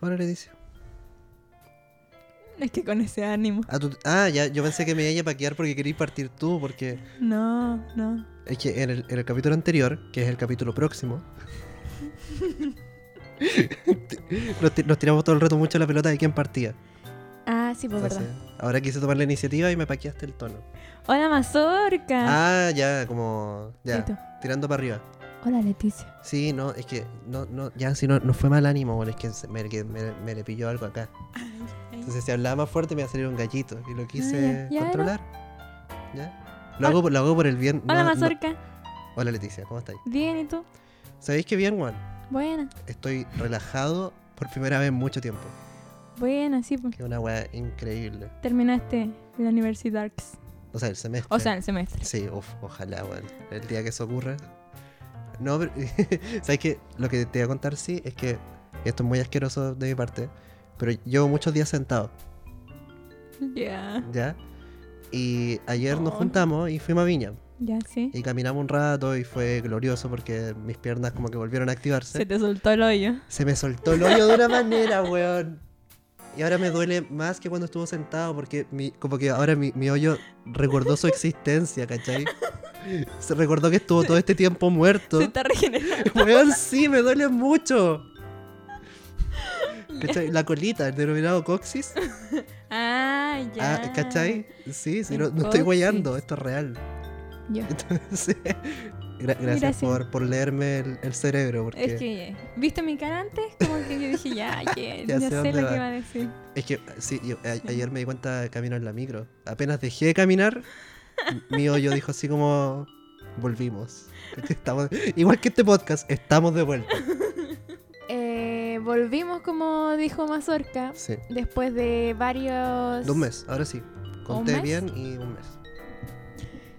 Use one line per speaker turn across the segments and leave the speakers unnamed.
Ahora le dice.
Es que con ese ánimo.
Ah, tú- ah, ya, yo pensé que me iba a paquear porque querías partir tú, porque
No, no.
es que en el, en el capítulo anterior, que es el capítulo próximo, nos, ti- nos tiramos todo el rato mucho la pelota de quién partía.
Ah, sí, pues verdad.
Entonces, ahora quise tomar la iniciativa y me paqueaste el tono.
Hola, Mazorca.
Ah, ya, como. Ya,
Listo.
tirando para arriba.
Hola, Leticia.
Sí, no, es que no, no, ya si no, no fue mal ánimo, bueno, es que se- me, que me- me le pilló algo acá. Entonces si hablaba más fuerte me iba a salir un gallito y lo quise
Ah, ya. Ya era.
controlar. ¿Ya? Lo hago, por- lo hago por el bien.
Hola,
no- no-
Mazorca.
Hola Leticia, ¿cómo estáis?
Bien, ¿y tú?
¿Sabéis que bien, Juan?
Buena.
Estoy relajado por primera vez en mucho tiempo.
Buena, sí, pues.
Que es una weá increíble.
Terminaste la universidad.
O sea, el semestre.
O sea, el semestre.
Sí, uf, ojalá, weón. El día que eso ocurra. No, pero. ¿Sabes qué? Lo que te voy a contar, sí, es que. y Esto es muy asqueroso de mi parte. Pero llevo muchos días sentado,
Ya.
¿ya? Y ayer nos
Oh.
juntamos y fuimos a Viña.
Ya, sí.
Y caminamos un rato y fue glorioso porque mis piernas como que volvieron a activarse.
Se te soltó el hoyo.
Se me soltó el hoyo de una manera, weón. Y ahora me duele más que cuando estuvo sentado, porque mi, como que ahora mi, mi hoyo recordó su existencia, ¿cachai? Se recordó que estuvo todo este tiempo muerto.
Se está regenerando.
Weón, sí, me duele mucho. ¿Cachai? La colita, el denominado coxis.
Ah, ya.
Ah, ¿Cachai? Sí, sí,
El
no, no estoy
coxis.
guayando, esto es real.
Ya.
Entonces, gra- gracias,
Gracias.
Por, por leerme el, el cerebro, porque
Es que, eh, ¿viste mi cara antes? Como que yo dije, ya, ya,
Ya
ya
sé
sé,
dónde
lo
va.
que iba a decir.
Es que, sí, yo- a- ayer me di cuenta de camino en la micro. Apenas dejé de caminar, m- mi hoyo dijo así como, volvimos. Estamos, igual que este podcast, estamos de vuelta.
Eh, volvimos, como dijo Mazorca,
Sí.
después de varios...
De un mes, ahora sí. Conté
mes?
bien y un mes.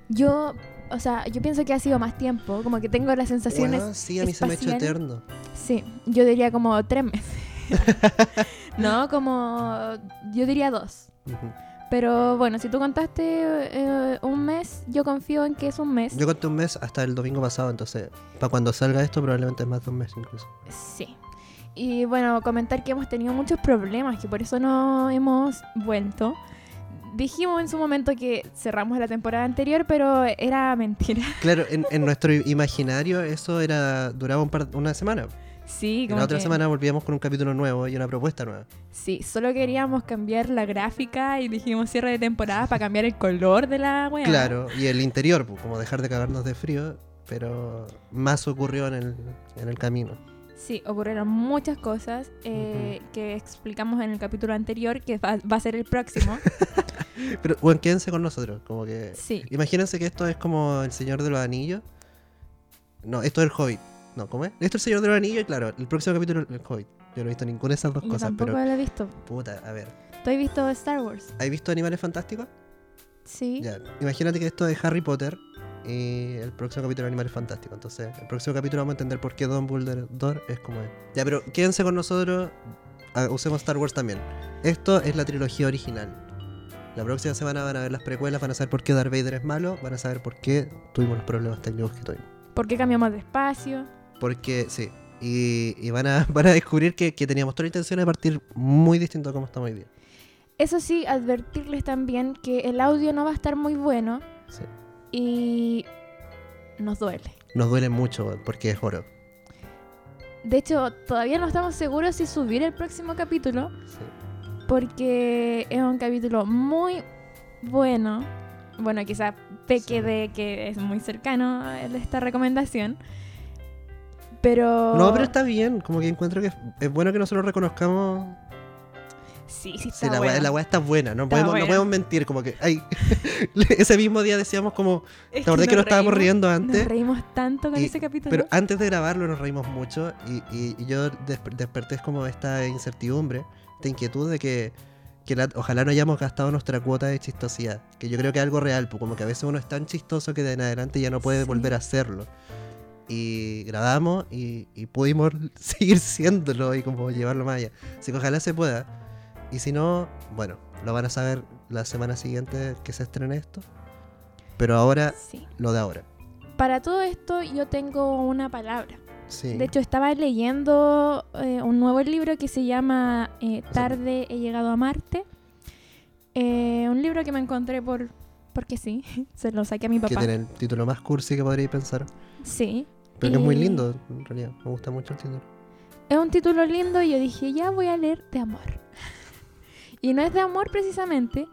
Yo, o sea, yo pienso que ha sido más tiempo, como que tengo las sensaciones...
Weón, sí, a mí se me ha hecho
espacial.
eterno.
Sí, yo diría como tres meses. no, como... Yo diría dos.
Ujú.
Pero bueno, si tú contaste eh, un mes, yo confío en que es un mes.
Yo conté un mes hasta el domingo pasado, entonces, para cuando salga esto, probablemente es más de un mes incluso.
Sí. Y bueno, comentar que hemos tenido muchos problemas, que por eso no hemos vuelto. Dijimos en su momento que cerramos la temporada anterior, pero era mentira.
Claro, en, en nuestro imaginario eso era duraba un par- una semana.
Sí,
Y
como
la otra
que-
semana volvíamos con un capítulo nuevo y una propuesta nueva.
Sí, solo queríamos cambiar la gráfica y dijimos cierre de temporada para cambiar el color de la wea.
Claro, y el interior, pues, como dejar de cagarnos de frío, pero más ocurrió en el, en el camino.
Sí, ocurrieron muchas cosas eh, que explicamos en el capítulo anterior, que va, va a ser el próximo.
Pero bueno, quédense con nosotros, como que...
Sí.
Imagínense que esto es como El Señor de los Anillos. No, esto es el Hobbit. No, ¿cómo es? Esto es el Señor de los Anillos, y claro, el próximo capítulo es el Hobbit. Yo no he visto ninguna de esas dos
Yo
cosas,
tampoco
pero...
lo he visto.
Puta, a ver.
¿Tú has visto Star Wars?
¿Has visto Animales Fantásticos?
Sí.
Ya, imagínate que esto es Harry Potter y el próximo capítulo de Animales Fantásticos. Entonces, el próximo capítulo vamos a entender por qué Don Dumbledore es como es. Ya, pero quédense con nosotros. ah, Usemos Star Wars también. Esto es la trilogía original. La próxima semana van a ver las precuelas, van a saber por qué Darth Vader es malo, van a saber por qué tuvimos los problemas técnicos que tuvimos.
¿Por qué cambiamos de espacio?
Porque, sí. Y, y van, a, van a descubrir que, que teníamos toda la intención de partir muy distinto a como estamos hoy día.
Eso sí, advertirles también que el audio no va a estar muy bueno
Sí.
y nos duele.
Nos duele mucho porque es oro.
De hecho, todavía no estamos seguros si subir el próximo capítulo
Sí.
porque es un capítulo muy bueno. Bueno, quizá peque
Sí.
de que es muy cercano a esta recomendación. Pero...
No, pero está bien, como que encuentro que es- es bueno que nosotros reconozcamos
Sí, sí,
si
está
la
bueno.
weá la weá está buena, no
Está
podemos,
buena.
no podemos mentir, como que ay, ese mismo día decíamos como,
Es
la verdad que
nos
nos estábamos
reímos-
riendo
Nos
antes,
reímos tanto con
Y-
ese capítulo.
pero antes de grabarlo nos reímos mucho y, y- y yo desper- desperté como esta incertidumbre, esta inquietud de que, que la- ojalá no hayamos gastado nuestra cuota de chistosidad, que yo creo que es algo real, pues como que a veces uno es tan chistoso que de en adelante ya no puede
Sí.
volver a hacerlo. Y grabamos y, y pudimos seguir siéndolo y como llevarlo más allá. Así que ojalá se pueda. Y si no, bueno, lo van a saber la semana siguiente que se estrene esto. Pero ahora,
Sí.
lo de ahora.
Para todo esto yo tengo una palabra.
Sí.
De hecho, estaba leyendo eh, un nuevo libro que se llama eh, Tarde he llegado a Marte. Eh, un libro que me encontré por porque sí, se lo saqué a mi
que
papá.
tiene el título más cursi que podríais pensar.
Sí.
Pero que es muy
Y-
lindo, en realidad. Me gusta mucho el título.
Es un título lindo y yo dije, ya voy a leer de amor. y no es de amor precisamente.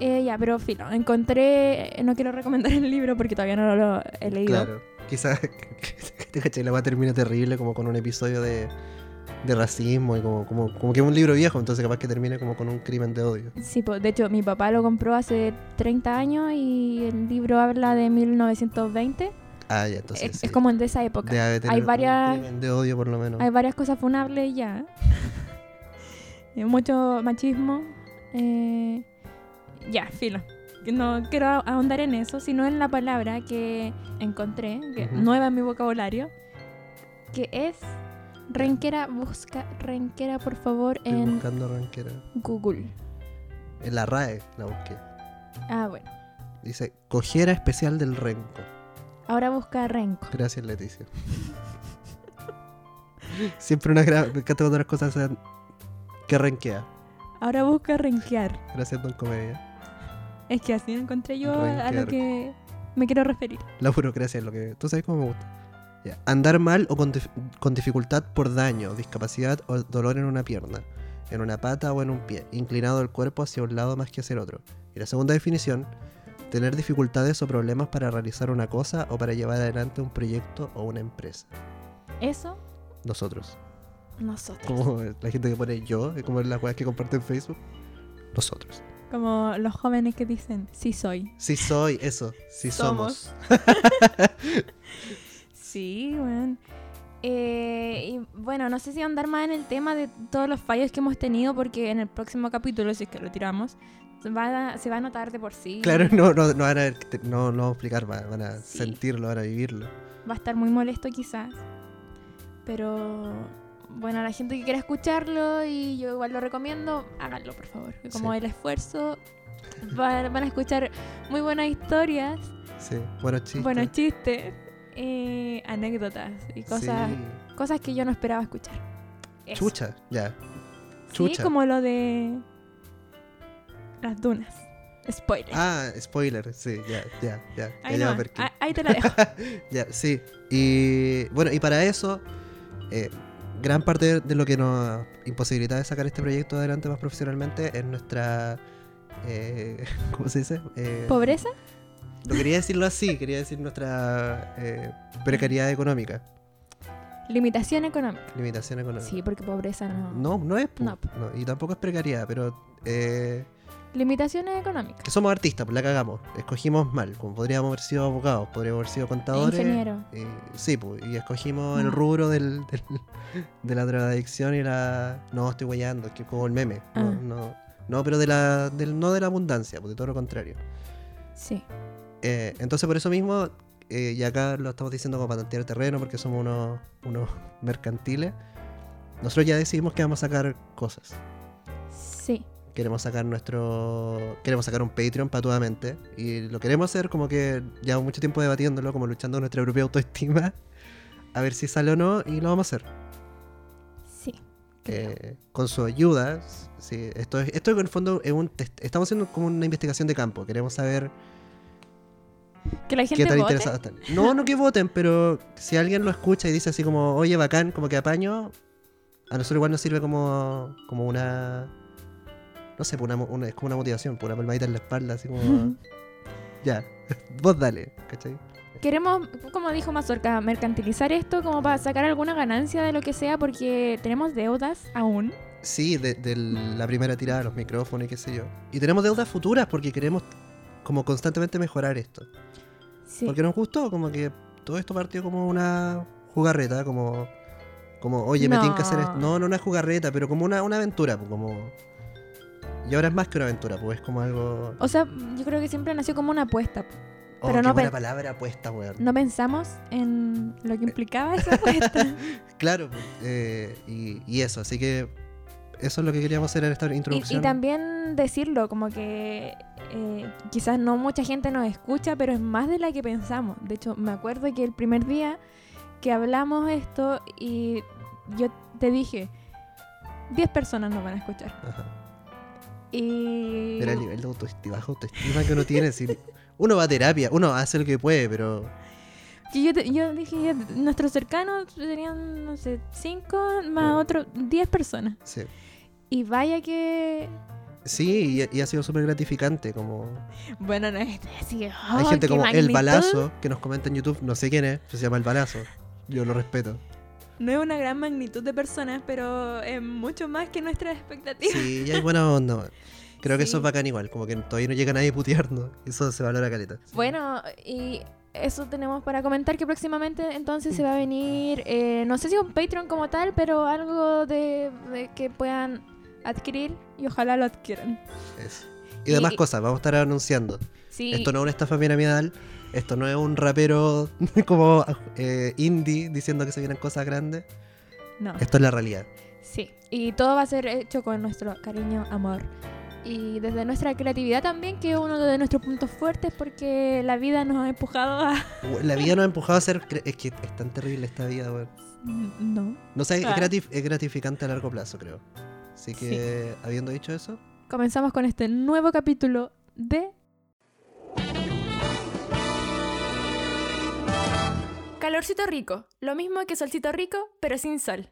Eh, ya, pero filo, encontré, eh, no quiero recomendar el libro porque todavía no lo he leído.
Claro. Quizás que te caché, la va termina terrible, como con un episodio de, de racismo y como, como, como que es un libro viejo, entonces capaz que termine como con un crimen de odio.
Sí, po, de hecho, mi papá lo compró hace 30 años y el libro habla de 1920.
Ah, ya, entonces.
es,
sí.
es como el de esa época.
Debe tener
hay
un
varias-
crimen de odio, por lo menos.
Hay varias cosas funables ya. Eh, Mucho machismo. eh, ya, filo. Que No quiero ah- ahondar en eso, sino en la palabra que encontré, que
Ujú.
nueva en mi vocabulario, que es renquera. Busca renquera, por favor,
Estoy
en
buscando ranquera.
Google.
En la RAE la busqué.
Ah, bueno.
Dice, cojera especial del renco.
Ahora busca renco.
Gracias, Leticia. Siempre una gran... Me encanta cuando las cosas sean... Que renquea.
Ahora busca renquear.
Gracias, Don Comedia.
Es que así encontré yo a- a lo
Renquear.
que me quiero referir.
La burocracia es lo que... Tú sabes cómo me gusta. Ya. Andar mal o con, dif- con dificultad por daño, discapacidad o dolor en una pierna, en una pata o en un pie, inclinado el cuerpo hacia un lado más que hacia el otro. Y la segunda definición, tener dificultades o problemas para realizar una cosa o para llevar adelante un proyecto o una empresa.
Eso,
Nosotros.
nosotros.
Como la gente que pone yo, es como las weas que comparte en Facebook. Nosotros.
Como los jóvenes que dicen, sí soy.
Sí soy, eso. Sí somos.
Sí, weón. Eh, y bueno, no sé si andar más en el tema de todos los fallos que hemos tenido, porque en el próximo capítulo, si es que lo tiramos, va a- se va a notar de por sí.
Claro, no, no, no van a ver- no, no explicar, van van a
Sí.
sentirlo, van a vivirlo.
Va a estar muy molesto quizás. Pero bueno, a la gente que quiera escucharlo, y yo igual lo recomiendo, háganlo, por favor. que Como
Sí.
el esfuerzo, van, van a escuchar muy buenas historias,
Sí, buenos chistes.
buenos chistes, eh, anécdotas y cosas
Sí.
cosas que yo no esperaba escuchar. Eso.
Chucha, ya. chucha.
Sí, como lo de las dunas. Spoiler.
Ah, spoiler, sí, ya, ya, ya. ya,
ahí,
ya va a
nomás.
ver qué-
Ah, ahí te la dejo.
Ya, sí. Y bueno, y para eso, eh, gran parte de- de lo que nos imposibilita de sacar este proyecto adelante más profesionalmente es nuestra. eh, ¿Cómo se dice? Eh,
¿Pobreza?
no quería decirlo así, quería decir nuestra eh, precariedad económica,
Limitación económica.
limitación económica.
Sí, porque pobreza no.
No, no es. po.
No.
No, y tampoco es precariedad, pero. eh,
Limitaciones económicas.
que somos artistas, pues la cagamos. Escogimos mal, como podríamos haber sido abogados, podríamos haber sido contadores.
Ingeniero. Mm.
Eh, sí, pues, y escogimos el
No.
rubro del, del- de la drogadicción y la... No, estoy guayando, es que como el meme. No,
Ah.
no, no, pero de la, del, no de la abundancia, pues de todo lo contrario.
Sí.
Eh, entonces por eso mismo, eh, y acá lo estamos diciendo como para tantear terreno, porque somos unos, unos mercantiles, nosotros ya decidimos que vamos a sacar cosas.
Sí.
Queremos sacar nuestro... Queremos sacar un Patreon patuadamente. Y lo queremos hacer como que llevamos mucho tiempo debatiéndolo, como luchando con nuestra propia autoestima. A ver si sale o no, y lo vamos a hacer.
Sí. creo.
Eh, con su ayuda, s- sí, esto, es, esto en el fondo es un test- Estamos haciendo como una investigación de campo. Queremos saber
que la
qué
gente
tan
vote.
interesados están. No, no que voten, pero si alguien lo escucha y dice así como, oye, bacán, como que apaño, a nosotros igual nos sirve como, como una. No sé, pues una, mo- una- es como una motivación, por una palmadita en la espalda, así como. ya, vos dale, ¿cachai?
Queremos, como dijo Mazorca, mercantilizar esto como para sacar alguna ganancia de lo que sea porque tenemos deudas aún.
Sí, de, de la primera tirada, los micrófonos y qué sé yo. Y tenemos deudas futuras porque queremos como constantemente mejorar esto.
Sí.
Porque nos gustó, como que todo esto partió como una jugarreta, como, como oye, me
No.
tienen que hacer esto. No, no una jugarreta, pero como una, una aventura, pues, como... Y ahora es más que una aventura, pues es como algo...
O sea, yo creo que siempre nació como una apuesta.
Oh,
pero
qué
no
buena
pe-
palabra puesta, weón.
No pensamos en lo que implicaba esa apuesta.
Claro, pues, eh, y, y eso, así que eso es lo que queríamos hacer en esta
Y- Y,
introducción.
también decirlo, como que eh, quizás no mucha gente nos escucha, pero es más de la que pensamos. De hecho, me acuerdo que el primer día que hablamos esto y yo te dije, 10 personas nos van a escuchar.
Ajá.
Y...
Mira el nivel de autoestima, baja autoestima que uno tiene. si uno va a terapia, uno hace lo que puede, pero
Y yo, te- yo dije, ya, nuestros cercanos serían, no sé, 5 más
Mm.
otros 10 personas.
sí.
Y vaya que...
Sí, y, y ha sido súper gratificante. Como...
Bueno, no es así.
Hay
oh,
gente
qué
como El
magnitud.
Balazo que nos comenta en YouTube, no sé quién es, se llama El Balazo. Yo lo respeto.
No es una gran magnitud de personas, pero es mucho más que nuestras expectativas.
Sí, y hay buena onda. man. Creo que eso
Sí.
es bacán igual, como que todavía no llega nadie a putearnos. Eso se valora caleta.
Bueno, y eso tenemos para comentar que próximamente entonces se va a venir, eh, no sé si un Patreon como tal, pero algo de, de que puedan adquirir y ojalá lo adquieran.
Eso. Y demás
Y-
cosas, vamos a estar anunciando.
Sí,
Esto no es una estafa piramidal, esto no es un rapero como eh, indie diciendo que se vienen cosas grandes.
no,
Esto es la realidad.
sí. Y todo va a ser hecho con nuestro cariño, amor. Y desde nuestra creatividad también, que es uno de nuestros puntos fuertes porque la vida nos ha empujado a...
La vida nos ha empujado a ser... cre- Es que es tan terrible esta vida, weón.
No.
No sé, es,
Ah.
gratif- es gratificante a largo plazo, creo. Así que, habiendo dicho eso,
Comenzamos con este nuevo capítulo de...
Calorcito rico, lo mismo que solcito rico, pero sin sol.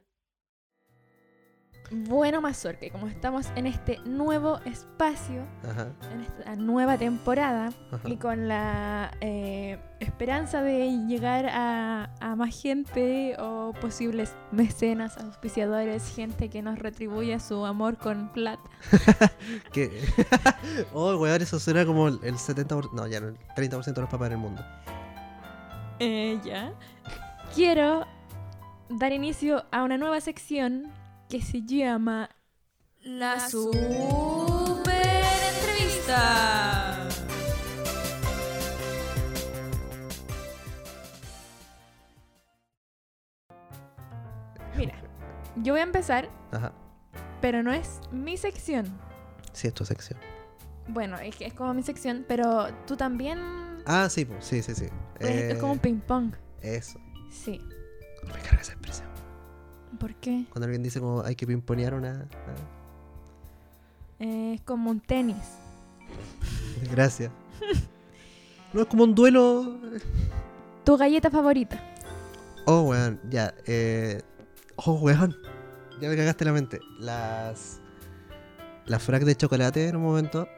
Bueno, Mazorca, y como estamos en este nuevo espacio,
ajá,
en esta nueva temporada
ajá.
y con la eh, esperanza de llegar a, a más gente o posibles mecenas, auspiciadores, gente que nos retribuya su amor con plata.
Que- oh, weón, eso suena como el el 70%, no, ya no, el 30% de los papás en el mundo.
Eh, ya. Quiero dar inicio a una nueva sección que se llama
La
super entrevista. Mira, yo voy a empezar,
Ajá,
pero no es mi sección.
sí, es tu sección.
Bueno, es que es como mi sección, pero tú también.
Ah, sí, po, sí, sí, sí.
es, es
Eh,
como un ping-pong.
Eso,
Sí.
me carga esa expresión.
¿Por qué?
Cuando alguien dice como hay que pimponear una... ah,
Eh, es como un tenis.
Gracias. No, es como un duelo...
Tu galleta favorita.
Oh, weón, ya. Eh... Oh, weón. Ya me cagaste la mente. Las. Las frac de chocolate en un momento.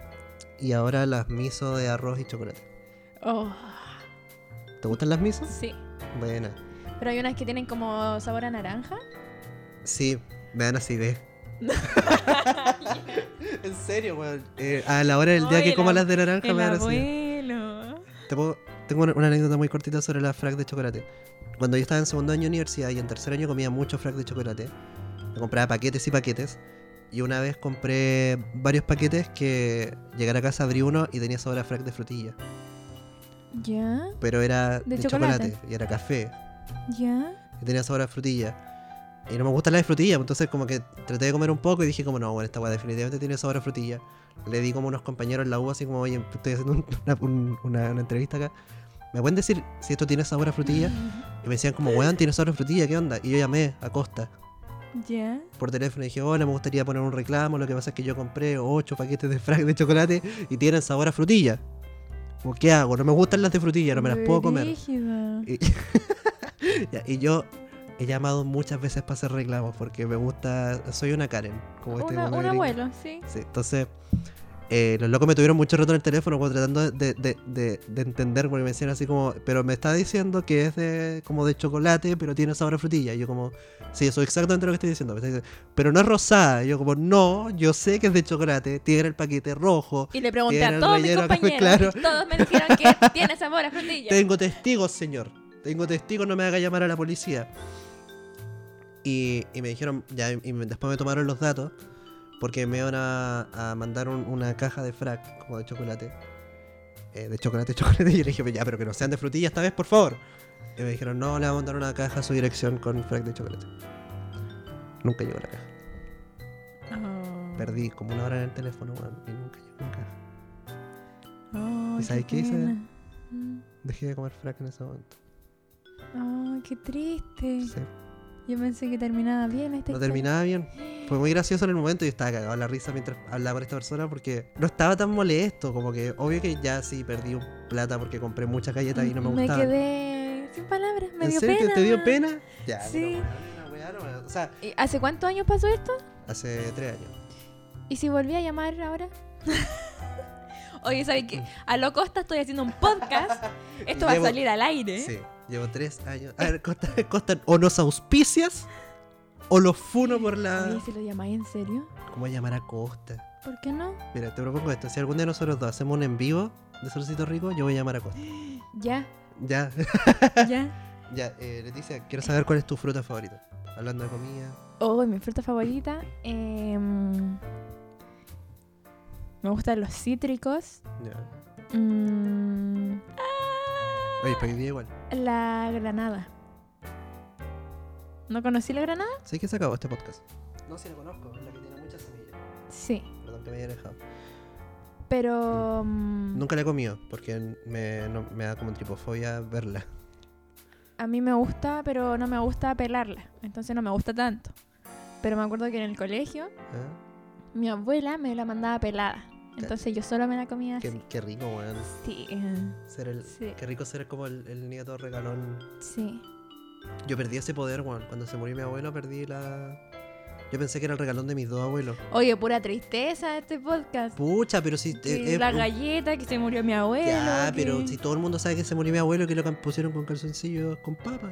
Y ahora las miso de arroz y chocolate.
Oh,
¿Te gustan las misos?
sí.
Buena.
Pero hay unas que tienen como sabor a naranja.
Sí, me dan acidez. en serio, weón. Eh, a la hora del día
Ay,
que
el
coma
ab-
las de naranja
El
me dan acidez.
abuelo.
Te puedo- tengo una, una anécdota muy cortita sobre la frac de chocolate. Cuando yo estaba en segundo año de universidad y en tercer año comía mucho frac de chocolate. Me compraba paquetes y paquetes. Y una vez compré varios paquetes que llegar a casa abrí uno y tenía sabor a frac de frutilla.
Ya,
Pero era
De
de,
chocolate.
chocolate. y era café.
ya.
Y tenía sabor a frutilla. Y no me gusta la de frutilla, entonces como que traté de comer un poco y dije como no, bueno, esta weá definitivamente tiene sabor a frutilla. Le di como a unos compañeros en la U así como, oye, estoy haciendo un- una, un- una- una entrevista acá. ¿Me pueden decir si esto tiene sabor a frutilla? Y me decían como, weón, tienes sabor a frutilla, ¿qué onda? Y yo llamé a Costa
Ya.
por teléfono y dije, hola, me gustaría poner un reclamo, lo que pasa es que yo compré ocho paquetes de frac de chocolate y tienen sabor a frutilla. Como, ¿Qué hago? No me gustan las de frutilla, no me las puedo comer.
Brígido.
Y, Ya, y yo he llamado muchas veces para hacer reclamos porque me gusta, soy una Karen. Como este
Una-
mundo
un
gringo.
abuelo, sí.
Sí, entonces, eh, los locos me tuvieron mucho rato en el teléfono como tratando de, de- de- de entender, porque me decían así como, pero me está diciendo que es de, como de chocolate, pero tiene sabor a frutilla. Y yo como, sí, eso es exactamente lo que estoy diciendo. Me está diciendo, pero no es rosada. Y yo como, no, yo sé que es de chocolate, tiene el paquete rojo.
Y le pregunté
Tiene
a
el
todos mis
relleno acá,
compañeros.
claro.
y todos me dijeron que tiene sabor a frutilla.
Tengo testigos, señor. Tengo testigos, no me haga llamar a la policía. Y, y me dijeron, ya, y me- después me tomaron los datos, porque me iban a, a mandar un- una caja de frac, como de chocolate. Eh, de chocolate, chocolate. Y yo le dije, ya, pero que no sean de frutilla esta vez, por favor. Y me dijeron, no, le vamos a mandar una caja a su dirección con frac de chocolate. Nunca llegó la caja.
Oh.
Perdí como una hora en el teléfono, weón, y nunca llegó la caja.
Oh,
¿Y sabes qué hice?
pena. Mm.
Dejé de comer frac en ese momento.
Oh, qué triste.
Sí.
Yo pensé que terminaba bien esta
No
historia.
terminaba bien. Fue muy gracioso en el momento y estaba cagado a la risa mientras hablaba con esta persona porque no estaba tan molesto. Como que obvio que ya sí perdí un plata porque compré muchas galletas y no me gustaban.
quedé sin palabras, me
¿En
dio
serio?
pena.
¿Te dio pena? Ya,
Sí.
pero weá, una weá, no me- O sea,
¿Y ¿Hace cuántos años pasó esto?
hace tres años.
¿Y si volví a llamar ahora? Oye, ¿sabes qué? A lo costa estoy haciendo un podcast. Esto va
Llevo-
a salir al aire.
Sí, llevo tres años. A ver, costa- costan, o nos auspicias o los funo por
Oye,
la.
si lo llamáis en serio,
¿Cómo llamar a Costa?
¿por qué no?
Mira, te propongo esto. Si algún día nosotros dos hacemos un en vivo de Solcito Rico, yo voy a llamar a Costa.
Ya,
Ya,
ya.
ya, eh, Leticia, quiero saber cuál es tu fruta favorita. Hablando de comida.
Oh, mi fruta favorita. em, me gustan los cítricos.
Ya.
Mm, ah,
Oye, para que quede igual.
la granada. ¿No conocí la granada?
¿Sabes que se acabó este podcast? No, si la conozco, es la que tiene muchas semillas.
Sí.
Perdón que me haya alejado.
Pero. mm,
Nunca la he comido porque me, no- me da como tripofobia verla.
A mí me gusta, pero no me gusta pelarla. Entonces no me gusta tanto. Pero me acuerdo que en el colegio
¿Ah?
mi abuela me la mandaba pelada. Entonces yo solo me la comía así.
Qué, qué rico, weón.
Sí, eh,
Ser el,
Sí.
Qué rico ser como el, el nieto regalón.
sí.
Yo perdí ese poder, weón. Cuando se murió mi abuelo, perdí la. Yo pensé que era el regalón de mis dos abuelos.
Oye, pura tristeza este podcast.
Pucha, pero si.
Que
eh, eh,
la
un-
galleta, que se murió mi abuelo.
Ya,
que-
pero si todo el mundo sabe que se murió mi abuelo, que lo can- pusieron con calzoncillos con papa.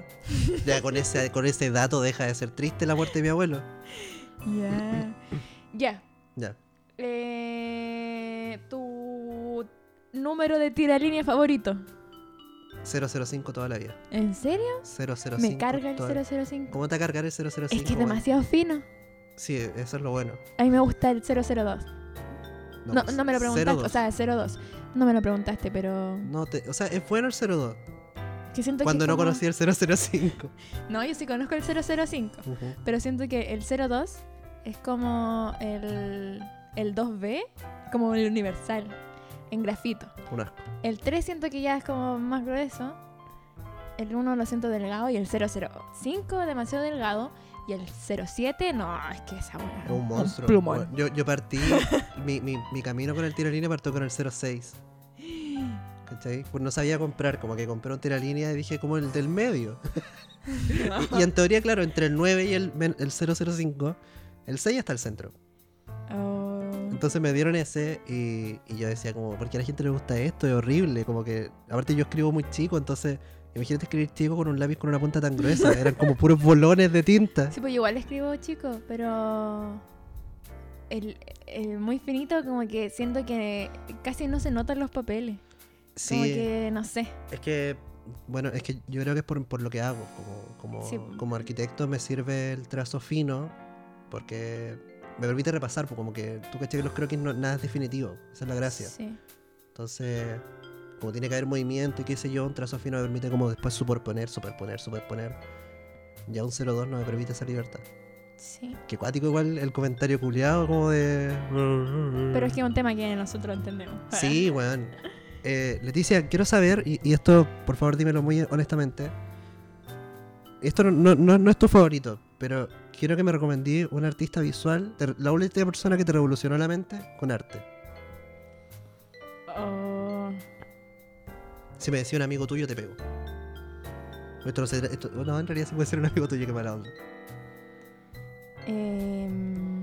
ya, con ese, con ese dato deja de ser triste la muerte de mi abuelo.
Ya. ya.
Ya.
Eh, tu número de tiralínea favorito.
005 toda la vida.
¿En serio?
005.
me carga el
toda-
005.
¿Cómo te va a cargar el 005?
Es que es
weón?
demasiado fino.
Sí, eso es lo bueno.
A mí me gusta el 002. No,
pues,
no me lo preguntaste,
02.
o sea, 02. No me lo preguntaste, pero.
No te- o sea, es bueno el 02.
Que siento que
Cuando no
como-
conocí el 005.
No, yo sí conozco el 005.
Ujú.
Pero siento que el 02 es como el, el 2B, como el universal, en grafito.
Un asco.
El 3 siento que ya es como más grueso. El 1 lo siento delgado y el 005 demasiado delgado. Y el 07, no, es que esa buena.
Es un monstruo.
plumón.
Bueno, Yo, yo partí. mi, mi, mi camino con el tiralínea partió con el 06. ¿Cachai? Pues no sabía comprar, como que compré un tiralínea y dije como el del medio. Y, y en teoría, claro, entre el 9 y el, men- el 005, el 6 está el centro.
Oh.
Entonces me dieron ese y, y yo decía como, ¿por qué a la gente le gusta esto? Es horrible, como que, aparte yo escribo muy chico, entonces imagínate escribir chico con un lápiz con una punta tan gruesa, eran como puros bolones de tinta.
Sí, pues yo igual escribo chico, pero el, el muy finito como que siento que casi no se notan los papeles.
Sí,
Como que no sé.
es que, bueno, es que yo creo que es por, por lo que hago, como, como,
Sí.
como arquitecto me sirve el trazo fino porque me permite repasar, pues como que tú caché que los croquis no, nada es definitivo, esa es la gracia.
Sí.
Entonces, como tiene que haber movimiento y qué sé yo, un trazo fino me permite como después superponer, superponer, superponer. Ya un 0-2 no me permite esa libertad.
Sí.
Que cuático igual el comentario culiado como de...
Pero es que es un tema que nosotros entendemos.
Sí, weón. Eh, Leticia, quiero saber, y, y esto por favor dímelo muy honestamente. Esto no, no- no- no es tu favorito, pero quiero que me recomendí un artista visual, te- la última persona que te revolucionó la mente con arte.
Oh,
Si me decía un amigo tuyo, te pego. Esto no, se- esto- oh, no, en realidad se puede ser un amigo tuyo que mala onda.
em,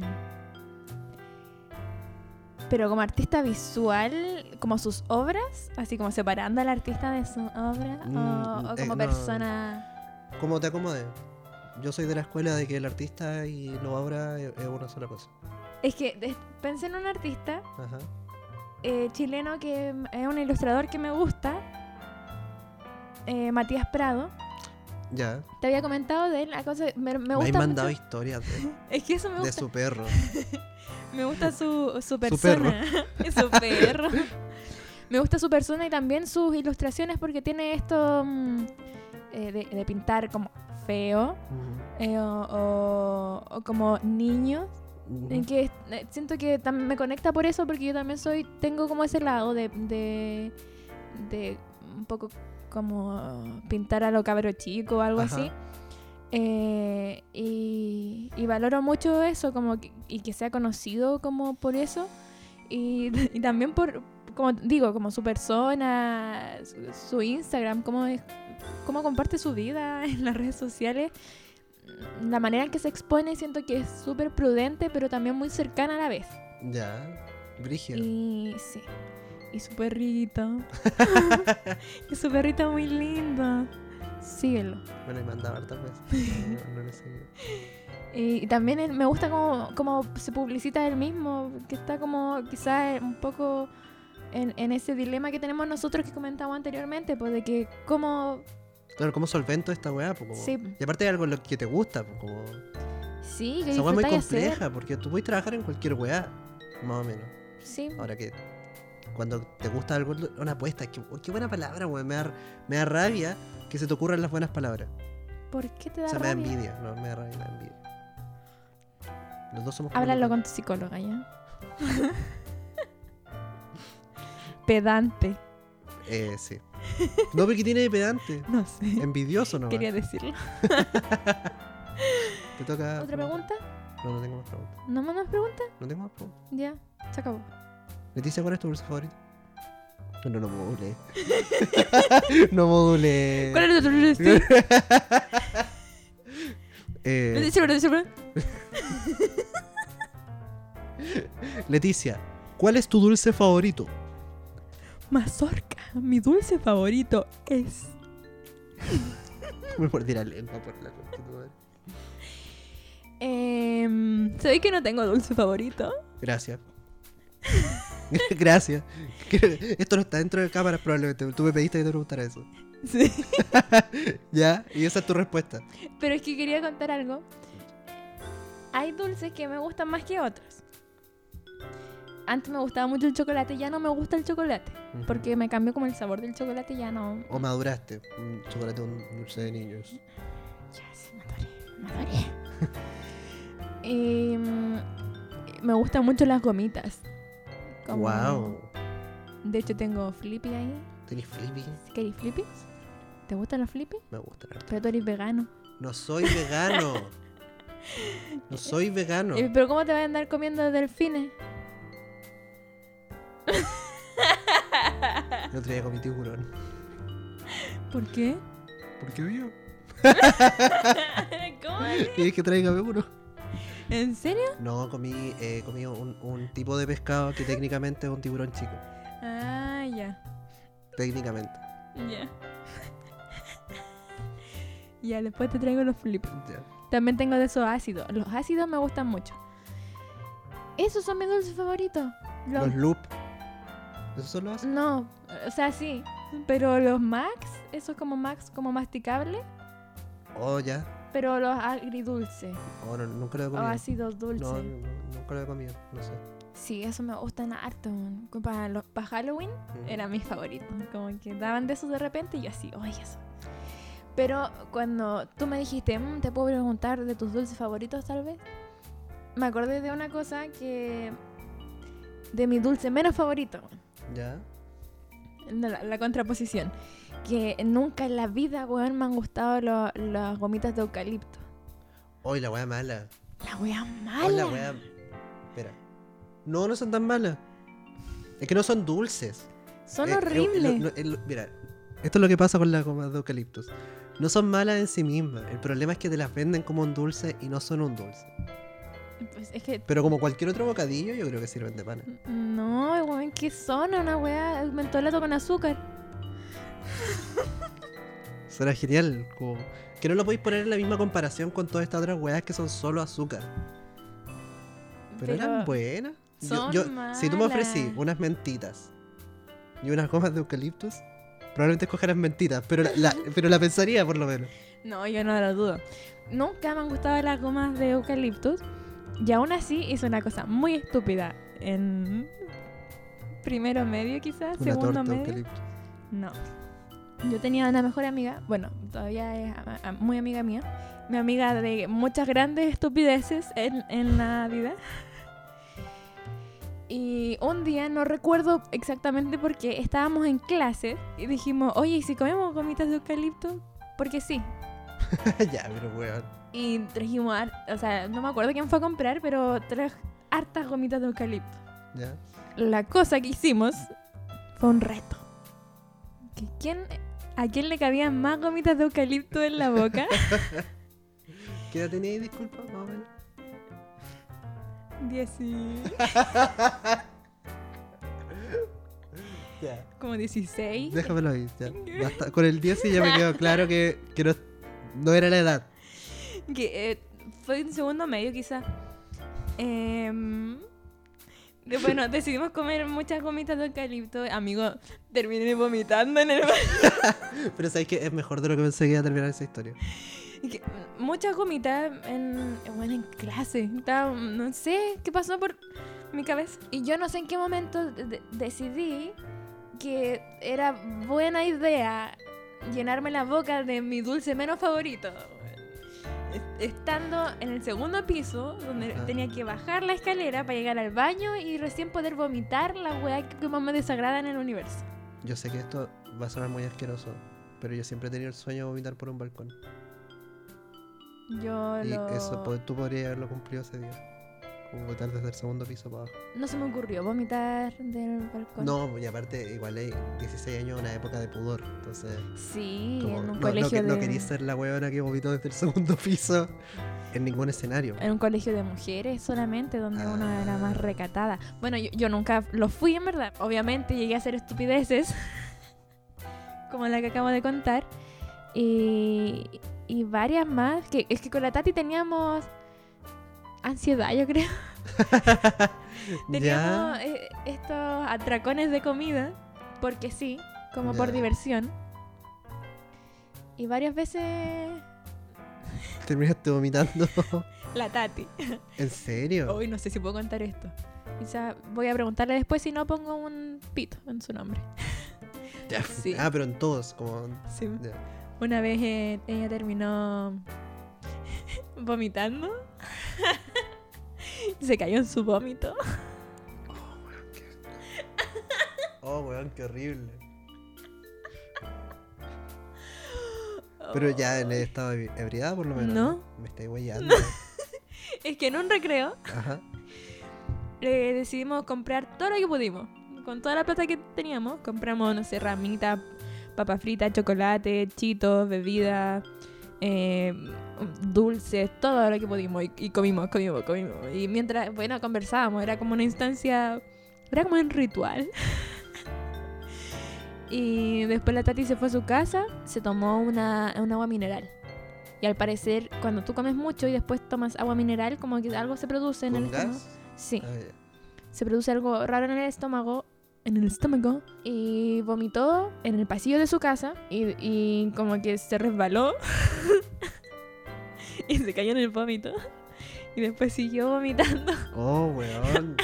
Pero como artista visual, como sus obras, así como separando al artista de su obra,
Mm,
o, o
eh,
como
no.
persona...
Como te acomode. Yo soy de la escuela de que el artista y la obra e-, es es una sola cosa.
Es que des- pensé en un artista
Ajá.
eh, chileno que mm, es un ilustrador que me gusta, eh, Matías Prado.
Ya.
Te había comentado de él, la cosa- me,
Me,
me gusta
habéis
mucho-
mandado historias de,
Es que eso me
de
gusta.
su perro.
Me gusta su, su
perro.
persona. Su perro. me gusta su persona y también sus ilustraciones porque tiene esto mm, eh, de, de pintar como feo
Ujú.
eh, o, o- o como niños.
Ujú.
En que eh, siento que tam- me conecta por eso, porque yo también soy, tengo como ese lado de, de, de un poco como pintar a lo cabro chico o algo
Ajá.
así. Eh, y, y valoro mucho eso como que- y que sea conocido como por eso. Y, y también por, como digo, como su persona, su, su Instagram, cómo, es, cómo comparte su vida en las redes sociales. La manera en que se expone siento que es súper prudente, pero también muy cercana a la vez.
Ya, brígido.
Y sí. Y su perrito. y su perrito muy lindo. Síguelo.
Me lo he mandado hartas veces. No, no lo he seguido.
Y, y también él- me gusta cómo, cómo se publicita él mismo, que está como quizás un poco en, en ese dilema que tenemos nosotros que comentamos anteriormente, pues de que cómo...
Claro, ¿cómo solvento esta weá? Pues, como-
Sí.
Y aparte es algo en lo que te gusta, pues, como...
Sí, que
Esa weá es muy
disfrutáis hacer.
compleja, porque tú puedes trabajar en cualquier weá, más o menos.
Sí,
Ahora que cuando te gusta algo, una apuesta, es que, oh, qué buena palabra, weón. Me da, me da rabia que se te ocurran las buenas palabras.
¿por qué te da
O sea, me da
rabia?
envidia, no, me da rabia, me da envidia. Los dos somos como
Háblalo
locos.
con tu psicóloga ya. Pedante,
Eh, sí. No, porque tiene de pedante.
no sé,
Envidioso nomás.
quería decirlo.
Te toca.
¿Otra pregunta?
No, no tengo más preguntas.
¿No más nos preguntas?
No tengo más preguntas.
Ya, se acabó.
Leticia, ¿cuál es tu dulce favorito? No, no module. no module.
¿Cuál es tu dulce?
Eh,
Dulce, dulce, dulce.
Leticia, ¿cuál es tu dulce favorito?
Mazorca, mi dulce favorito es.
Me mordí la lengua por la concha de tu madre.
Em, ¿Sabéis que no tengo dulce favorito?
Gracias. Gracias. Que- Esto no está dentro de cámaras probablemente. Tú me pediste que te preguntara eso.
Sí.
¿Ya? Y esa es tu respuesta.
Pero es que quería contar algo. Hay dulces que me gustan más que otros. Antes me gustaba mucho el chocolate, ya no me gusta el chocolate.
Ujú.
Porque me cambió como el sabor del chocolate, ya no.
O maduraste. Un chocolate, un dulce de niños.
Ya, sí, me adoré, me adoré. Em, me gustan mucho las gomitas. Como-
Wow.
De hecho, tengo Flippy ahí.
Tenés flippy.
¿Queréis flippies? ¿Te gustan los flippies?
Me gusta. harto.
Pero tú eres vegano.
No soy vegano. No soy vegano.
Eh, ¿Pero cómo te vas a andar comiendo delfines?
El otro día comí tiburón.
¿Por qué?
¿Por qué vio?
¿Cómo es?
Tienes que tráigame uno.
¿En serio?
No, comí, eh, comí un, un tipo de pescado que técnicamente es un tiburón chico.
Ah, ya.
Técnicamente.
Ya. ya, después te traigo los flippies.
Ya.
También tengo de esos ácidos. Los ácidos me gustan mucho. Esos son mis dulces favoritos. Los-
Los loop. ¿Eso solo hace?
No, o sea, sí. Pero los max, esos como max, como masticables.
Oh, ya.
Pero los agridulces
Oh, no, nunca lo he
o
comido.
ácidos dulces.
No, no, nunca lo he comido. No sé.
Sí, eso me gustan harto. weón. Como Para, los, para Halloween
Mm.
era mi favorito. Como que daban de esos de repente y yo así, oye eso. Pero cuando tú me dijiste, "Mm, te puedo preguntar de tus dulces favoritos tal vez, me acordé de una cosa que... De mi dulce menos favorito, weón.
Ya.
No, la, la contraposición. Que nunca en la vida, weón, me han gustado lo- las gomitas de eucalipto.
Hoy Oh, la weá mala.
La wea
Hoy la
mala.
weá. Espera. No, no son tan malas. Es que no son dulces.
Son
Eh, eh,
horribles.
lo- lo- eh, lo- mira, esto es lo que pasa con las gomas de eucaliptus. No son malas en sí mismas. El problema es que te las venden como un dulce y no son un dulce.
Pues es que
Pero como cualquier otro bocadillo, yo creo que sirven de pana.
No, weón, ¿qué son? Una weá mentolato con azúcar.
Será genial. Como... Que no lo podéis poner en la misma comparación con todas estas otras weas que son solo azúcar. Pero, eran buenas.
son
si tú me ofrecí
malas.
unas mentitas y unas gomas de eucaliptus, probablemente escogerás mentitas, pero la, la- pero la pensaría por lo menos.
No, yo no lo dudo. Nunca me han gustado las gomas de eucaliptus. Y aún así hice una cosa muy estúpida en primero medio quizás,
Una
segundo
torta de
medio.
eucaliptus.
No. Yo tenía una mejor amiga, bueno, todavía es ama- am- muy amiga mía, mi amiga de muchas grandes estupideces en, en la vida, Y un día, no recuerdo exactamente por qué, estábamos en clase y dijimos, oye, ¿y si comemos gomitas de eucalipto? Porque sí.
ya, pero weón.
Y trajimos, har- o sea, no me acuerdo quién fue a comprar, pero trajo hartas gomitas de eucalipto.
Ya.
La cosa que hicimos fue un reto. Que quién- ¿A quién le cabían más gomitas de eucalipto en la boca?
¿Qué edad tenéis, disculpa? Más o menos.
Dieci-
Ya.
Como 16.
Déjamelo ahí. Ya. Basta. Con el 10 y ya me quedó claro que, que no, no era la edad.
Que eh, fue en segundo medio, quizá. Em, de- bueno, decidimos comer muchas gomitas de eucalipto. Amigo, terminé vomitando en el baño.
Pero sabéis que es mejor de lo que pensé que iba a terminar esa historia.
Y que, mm, Muchas gomitas en, bueno, en clase. Estaba- mm, no sé qué pasó por mi cabeza. Y yo no sé en qué momento de- de- decidí que era buena idea llenarme la boca de mi dulce menos favorito. Es- Estando en el segundo piso, donde
Ajá.
tenía que bajar la escalera para llegar al baño y recién poder vomitar la weá que más me desagrada en el universo.
Yo sé que esto va a sonar muy asqueroso, pero yo siempre he tenido el sueño de vomitar por un balcón.
Yo
Y
lo-
eso po- tú podrías haberlo cumplido ese día. Como vomitar desde el segundo piso para abajo.
no se me ocurrió vomitar del balcón.
No, y aparte, igual es 16 años una época de pudor. Entonces,
Sí,
como,
en
no,
un
no
colegio
que- no
de
quería ser la huevona que vomitó desde el segundo piso en ningún escenario.
en un colegio de mujeres solamente donde uno era
Ah.
más recatada. Bueno, yo, yo nunca lo fui en verdad. Obviamente llegué a hacer estupideces como la que acabo de contar y, y varias más que es que con la Tati teníamos ansiedad, yo creo. Teníamos
ya,
eh, estos atracones de comida, porque sí, como por
Ya.
diversión. Y varias veces
terminaste vomitando.
la Tati.
¿En serio?
Hoy no sé si puedo contar esto. Quizá voy a preguntarle después si no pongo un pito en su nombre.
Ya.
sí.
Ah, pero en todos, como.
Sí.
ya.
Una vez eh, ella terminó vomitando. Se cayó en su vómito.
Oh, weón, qué horrible. Pero ya en estado ebri- ebriedad, por lo menos.
Oh. No.
Me estoy guayando.
Es que en un recreo
Ajá.
eh, decidimos comprar todo lo que pudimos. Con toda la plata que teníamos, compramos, no sé, ramitas, papas fritas, chocolate, chitos, bebidas, eh, dulces, todo lo que pudimos. Y, y comimos, comimos, comimos. Y mientras, bueno, conversábamos, era como una instancia, era como un ritual. y después la Tati se fue a su casa, se tomó una, un agua mineral. Y al parecer, cuando tú comes mucho y después tomas agua mineral, como que algo se produce en el
¿Con
estómago.
gas?
Sí
Ah, ya.
se produce algo raro en el estómago. En el estómago. Y vomitó en el pasillo de su casa. Y, y como que se resbaló. y se cayó en el vómito. Y después siguió vomitando.
Oh, weón.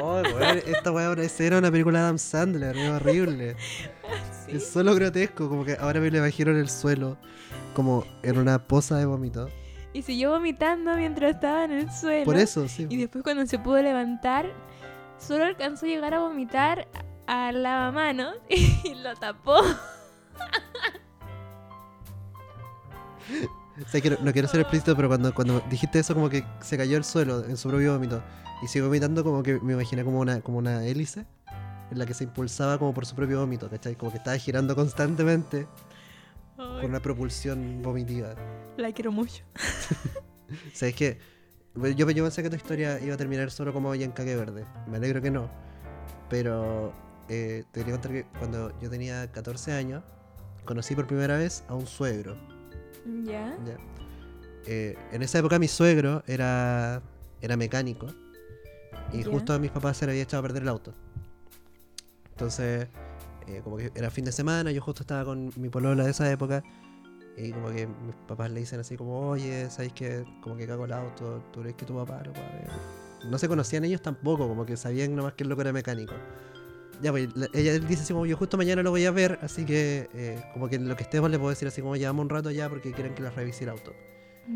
Oh, weón. Esta weón era una película de Adam Sandler, es horrible.
Sí.
Es solo grotesco, como que ahora me le imagino en el suelo, como en una poza de vómito.
Y siguió vomitando mientras estaba en el suelo.
Por eso, sí.
Y después cuando se pudo levantar, solo alcanzó a llegar a vomitar al lavamanos y lo tapó.
O sea, que no, no quiero ser explícito, pero cuando, cuando dijiste eso, como que se cayó al suelo en su propio vómito. Y sigo vomitando, como que me imaginé como una, como una hélice en la que se impulsaba como por su propio vómito, ¿cachai? Como que estaba girando constantemente
Ay,
con una propulsión vomitiva.
la quiero mucho.
O sea, es que bueno, yo, yo pensé que tu historia iba a terminar solo como en Caque Verde. Me alegro que no. Pero eh, te quería contar que cuando yo tenía 14 años, conocí por primera vez a un suegro.
¿Ya?
Ya. Eh, en esa época mi suegro era, era mecánico y
Ya.
justo a mis papás se le había echado a perder el auto. Entonces, eh, como que era fin de semana, yo justo estaba con mi polola de esa época y como que mis papás le dicen así como, oye, ¿sabes que Como que cago el auto, ¿tú crees que tu papá lo puede ver?". No se conocían ellos tampoco, como que sabían nomás que el loco era mecánico. Ya, pues la- ella él dice así como, yo justo mañana lo voy a ver, así que pues, eh, como que en lo que estemos le puedo decir así como, llevamos un rato ya porque quieren que la revise el auto.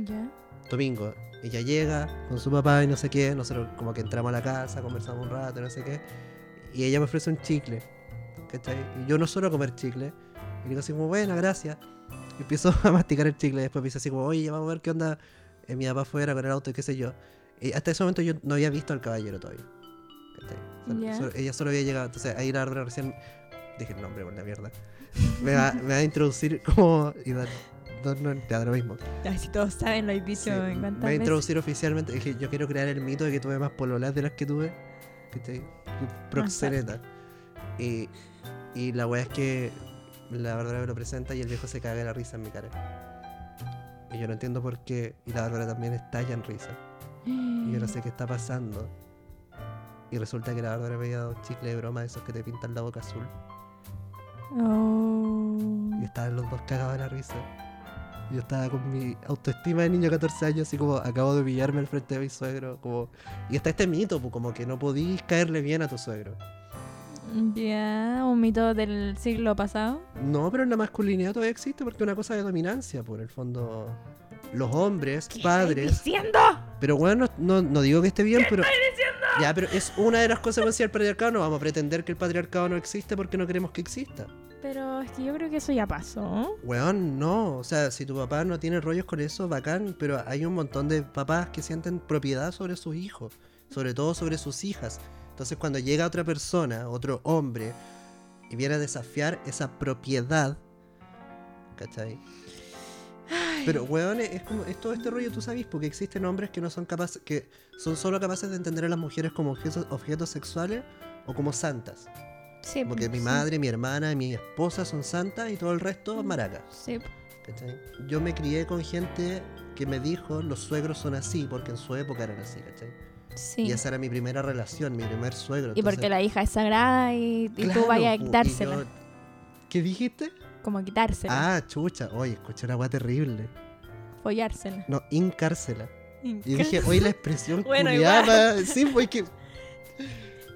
¿Ya?
domingo. Ella llega con su papá y no sé qué, nosotros como que entramos a la casa, conversamos un rato, no sé qué, y ella me ofrece un chicle, ¿cachai? Y yo no suelo comer chicle, y le digo así como, buena, gracias. Y empiezo a masticar el chicle, después me dice así como, oye, ya vamos a ver qué onda, eh, mi papá fuera con el auto y qué sé yo. Y hasta ese momento yo no había visto al caballero todavía. ¿cachai? Solo-
Ya.
solo- ella solo había llegado, entonces ahí la verdad recién dije el nombre por la mierda. Me va, me va a introducir como... Y dar, dar- no, ya, da lo mismo.
Ay, si todos saben, lo he dicho
Sí,
en
me
cuántas
voy a
veces.
introducir oficialmente. Dije, yo quiero crear el mito de que tuve más pololas de las que tuve. ¿Cachai? Yo Proxeneta. Y, y la weá es que la verdad me lo presenta y el viejo se caga de la risa en mi cara. Y yo no entiendo por qué. Y la verdad también estalla en risa. Y
Mm.
yo no sé qué está pasando. Y resulta que la verdad me había dado chicle de broma de esos que te pintan la boca azul.
Oh.
Y estaban los dos cagados de la risa. Yo estaba con mi autoestima de niño de 14 años, así como acabo de humillarme al frente de mi suegro. Como... Y está este mito, pues, como que no podís caerle bien a tu suegro.
Ya, un mito del siglo pasado.
No, pero la masculinidad todavía existe porque es una cosa de dominancia, por el fondo. Los hombres, padres.
diciendo?
Pero bueno, no, no digo que esté bien, pero. Ya, pero es una de las consecuencias del patriarcado. No vamos a pretender que el patriarcado no existe porque no queremos que exista.
Pero es que yo creo que eso ya pasó.
Weón, no. O sea, si tu papá no tiene rollos con eso, bacán. Pero hay un montón de papás que sienten propiedad sobre sus hijos. Sobre todo sobre sus hijas. Entonces, cuando llega otra persona, otro hombre, y viene a desafiar esa propiedad. ¿Cachai? Pero, weón, es como. Es todo este rollo, tú sabes, porque existen hombres que no son capaces. que son solo capaces de entender a las mujeres como objetos, objetos sexuales o como santas.
Eh, mm, Sí.
Como que mi madre, mi hermana, mi esposa son santas y todo el resto maracas.
Sí.
¿cachai? Yo me crié con gente que me dijo los suegros son así, porque en su época eran así, ¿cachai?
Sí.
Y esa era mi primera relación, mi primer suegro.
Y porque la hija es sagrada y, y
Claro,
tú vayas a
pu, y
quitársela.
yo- ¿Qué dijiste?
Como quitársela.
Ah, chucha. Oye, escuché una weá terrible.
Follársela.
No, incárcela. Ah. Y dije, oye, la expresión
Bueno,
culiada, Sí, pues que.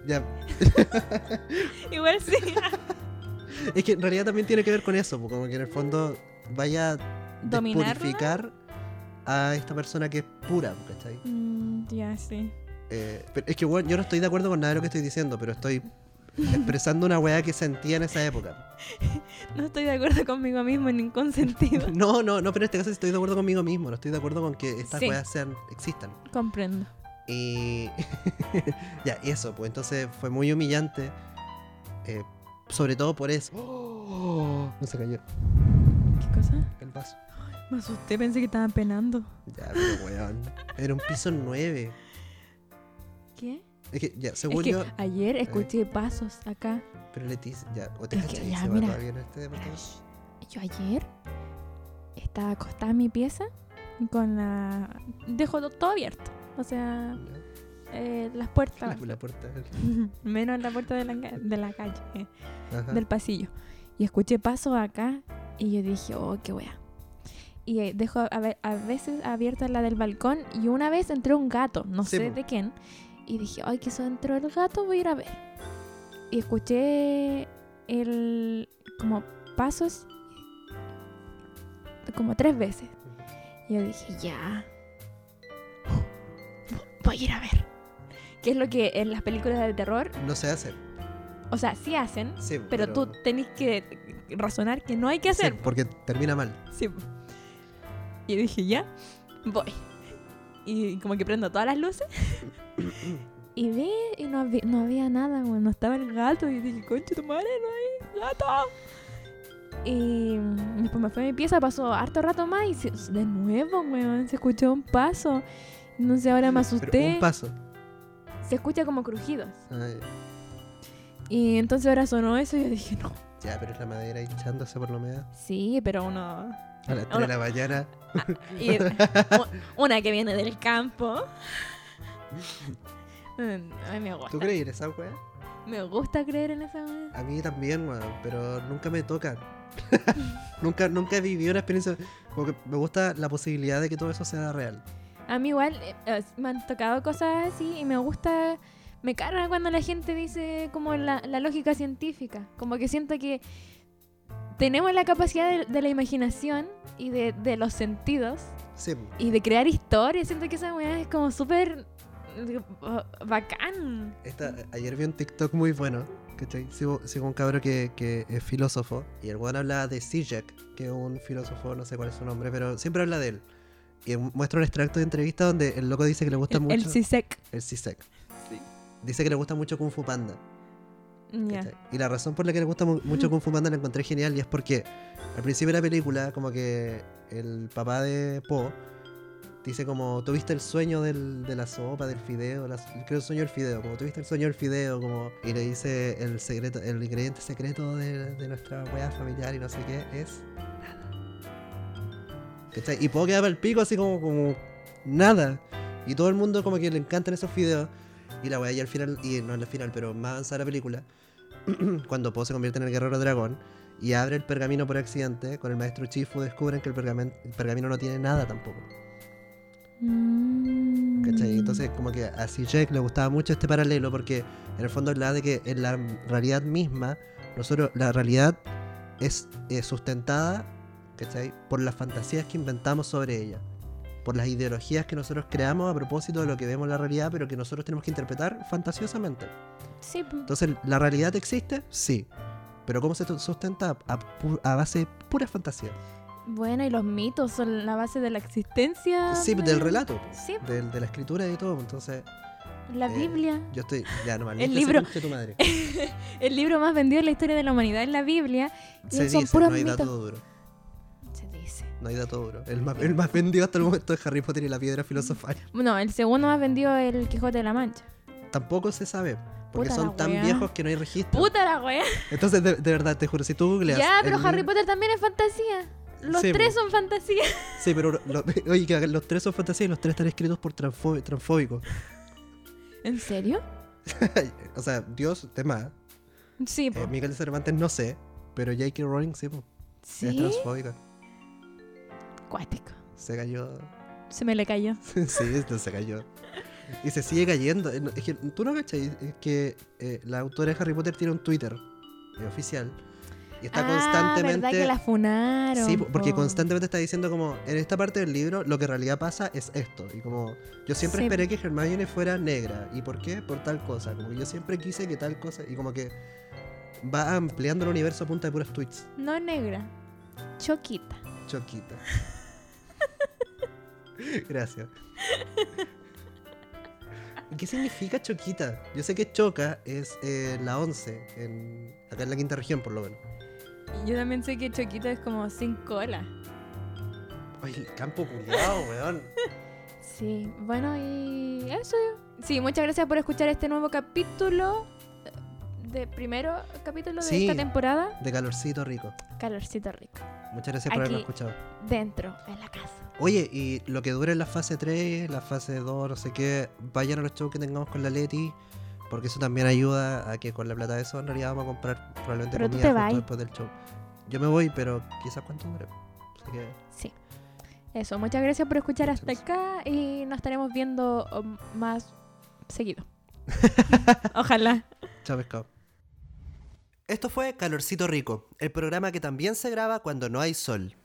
Ya,
Igual sí.
Es que en realidad también tiene que ver con eso, po, como que en el fondo vaya a
Dominarla.
purificar a esta persona que es pura, po, ¿cachai?
Mm, ya, sí.
Eh, pero es que bueno, yo no estoy de acuerdo con nada de lo que estoy diciendo, pero estoy expresando una weá que sentía en esa época.
No estoy de acuerdo conmigo mismo en ningún sentido.
No, no, no, pero en este caso estoy de acuerdo conmigo mismo, no estoy de acuerdo con que estas
Sí.
weas sean, existan.
Comprendo.
Y ya, eso, pues entonces fue muy humillante, eh, sobre todo por eso. No se cayó
¿Qué cosa?
el vaso.
Me asusté, pensé que estaban penando.
Ya, pero weón. Era un piso 9.
¿Qué?
Es que, ya,
Es
según
que
yo. eh,
ayer escuché pasos acá.
Pero Leticia, ya, o te
Es que
cachai,
ya,
se va
mira.
todavía en este departamento.
Yo ayer estaba acostada en mi pieza con la... Dejo to- todo abierto. O sea, eh, las puertas...
La, la puerta.
menos la puerta de la, ca- de la calle, eh,
Ajá.
del pasillo. Y escuché pasos acá y yo dije, oh, qué wea. Y eh, dejo a, ve- a veces abierta la del balcón y una vez entró un gato, no
Sí,
sé
po.
de quién. Y dije, ay, quizás entró el gato, voy a ir a ver. Y escuché el... como pasos como tres veces. Y yo dije, ya. Vo- Voy a ir a ver. Que es lo que en las películas de terror,
No se hace.
o sea, sí hacen,
Sí,
pero, tú tenés que razonar que no hay que
sí,
hacer.
porque termina mal.
Sí. po. Y dije, ya, voy. Y como que prendo todas las luces. y vi, y no, había- no había nada, güey, No estaba el gato. Y dije, concha tu madre, no hay gato. Y mm, después me fue a mi pieza, pasó harto rato más y se- de nuevo, weón, se escuchó un paso. No sé, ahora
Pero
me asusté.
un paso. Ah,
Se escucha como crujidos.
Ay,
Y entonces ahora sonó eso y yo dije, no.
ya, pero es la madera hinchándose por la humedad.
Sí, pero uno
A las 3 de la mañana.
Y u- una que viene del campo. Mm, Ay, me gusta.
¿Tú crees en esa weá?
Me gusta creer en esa weá.
A mí también, weón, pero nunca me tocan. nunca, nunca he vivido una experiencia. Como que me gusta la posibilidad de que todo eso sea real.
A mí igual eh, eh, me han tocado cosas así y me gusta... Me carga cuando la gente dice como la, la lógica científica. Como que siento que tenemos la capacidad de, de la imaginación y de, de los sentidos
Sí,
y de crear historias. Siento que esa weá es como súper eh, bacán.
Esta- ayer vi un TikTok muy bueno, ¿cachai? Sigo, sigo un cabro que, que es filósofo y el weón habla de Zizek, que es un filósofo, no sé cuál es su nombre, pero siempre habla de él. Y muestra un extracto de entrevista donde el loco dice que le gusta
El, E
mucho
el CISEC.
el Zizek. Dice que le gusta mucho Kung Fu Panda.
Ya.
¿cachai? Y la razón por la que le gusta mu- mucho Kung Fu Panda la encontré genial y es porque al principio de la película, como que el papá de Po dice como, tuviste el sueño del- de la sopa, del fideo, la- creo el sueño del fideo, como tuviste el sueño del fideo, como, y le dice el secreto, el ingrediente secreto de, de nuestra hueá familiar y no sé qué, es nada. ¿Cachai? Y Po queda para el pico así como, como nada. Y todo el mundo como que le encantan esos fideos. Y la weá, y al final, y no en el final, pero más avanzada la película, cuando Po se convierte en el guerrero dragón y abre el pergamino por accidente, con el maestro Chifu descubren que el, pergamen- el pergamino no tiene nada tampoco.
Mm.
¿Cachai? Entonces, como que a Jack le gustaba mucho este paralelo porque en el fondo hablaba de que en la realidad misma, nosotros, la realidad es eh, sustentada, ¿cachai? Por las fantasías que inventamos sobre ella. Por las ideologías que nosotros creamos a propósito de lo que vemos en la realidad, pero que nosotros tenemos que interpretar fantasiosamente.
Sí, po.
Entonces, ¿la realidad existe? Sí. Pero ¿cómo se tu- sustenta? A, pu- a base de pura fantasía.
bueno, y los mitos son la base de la existencia.
Sí,
de-
del relato,
Sí, po.
del- de la escritura y todo. Entonces,
la
Eh,
Biblia.
yo estoy. Ya, no
El libro.
De tu madre.
El libro más vendido en la historia de la humanidad es la Biblia. Y
Se
son
dice,
puros
no hay dato
mitos.
duro.
Se dice.
No hay dato duro. El más, el más vendido hasta el momento es Harry Potter y la piedra filosofal.
No, el segundo más vendido es el Quijote de la Mancha.
Tampoco se sabe. Porque
Puta la
son tan
weá.
viejos que no hay registro.
Puta la wea.
Entonces, de, de verdad, te juro, si tú googleas.
Ya, pero
el
Harry
libro-
Potter también es fantasía. Los
Sí,
tres
po.
son fantasía.
Sí, pero lo- oye, que los tres son fantasía y los tres están escritos por transfo- transfóbicos.
¿En serio?
o sea, Dios, tema.
Sí, po.
Eh, Miguel de Cervantes no sé, pero J.K. Rowling sí, po. es
Sí.
transfóbica.
Cuático.
Se cayó.
Se me le cayó.
sí, esto se cayó. Y se sigue cayendo. Eh, no, Es que tú no cachai es que eh, la autora de Harry Potter tiene un Twitter eh, oficial y está
Ah, verdad
constantemente.
que la funaron.
Sí, po- porque
po.
constantemente está diciendo como en esta parte del libro lo que en realidad pasa es esto y como yo siempre
Sí.
esperé que Hermione fuera negra y por qué por tal cosa como que yo siempre quise que tal cosa y como que va ampliando el universo a punta de puros tweets.
No negra. Choquita.
Choquita. Gracias. ¿Qué significa choquita? Yo sé que choca es eh, la 11, en, acá en la quinta región por lo menos.
Yo también sé que Choquita es como sin cola.
Ay, el campo culiao, weón.
Sí, bueno, y eso. Sí, muchas gracias por escuchar este nuevo capítulo. eh, De primero capítulo de
Sí.
esta temporada.
De calorcito rico.
Calorcito rico.
Muchas gracias por haberlo
Aquí.
escuchado.
Dentro, en la casa.
Oye, y lo que dure la fase 3, la fase 2, no sé qué, vayan a los shows que tengamos con la Leti, porque eso también ayuda a que con la plata de eso en realidad vamos a comprar probablemente
Pero tú
comida
te
justo
vas.
después del show. Yo me voy, pero quizás cuánto dure. Así que
Sí. Eso, muchas gracias por escuchar
Muchas
hasta acá y nos estaremos viendo um, más seguido. Ojalá.
Chao, pescado. Esto fue Calorcito Rico, el programa que también se graba cuando no hay sol.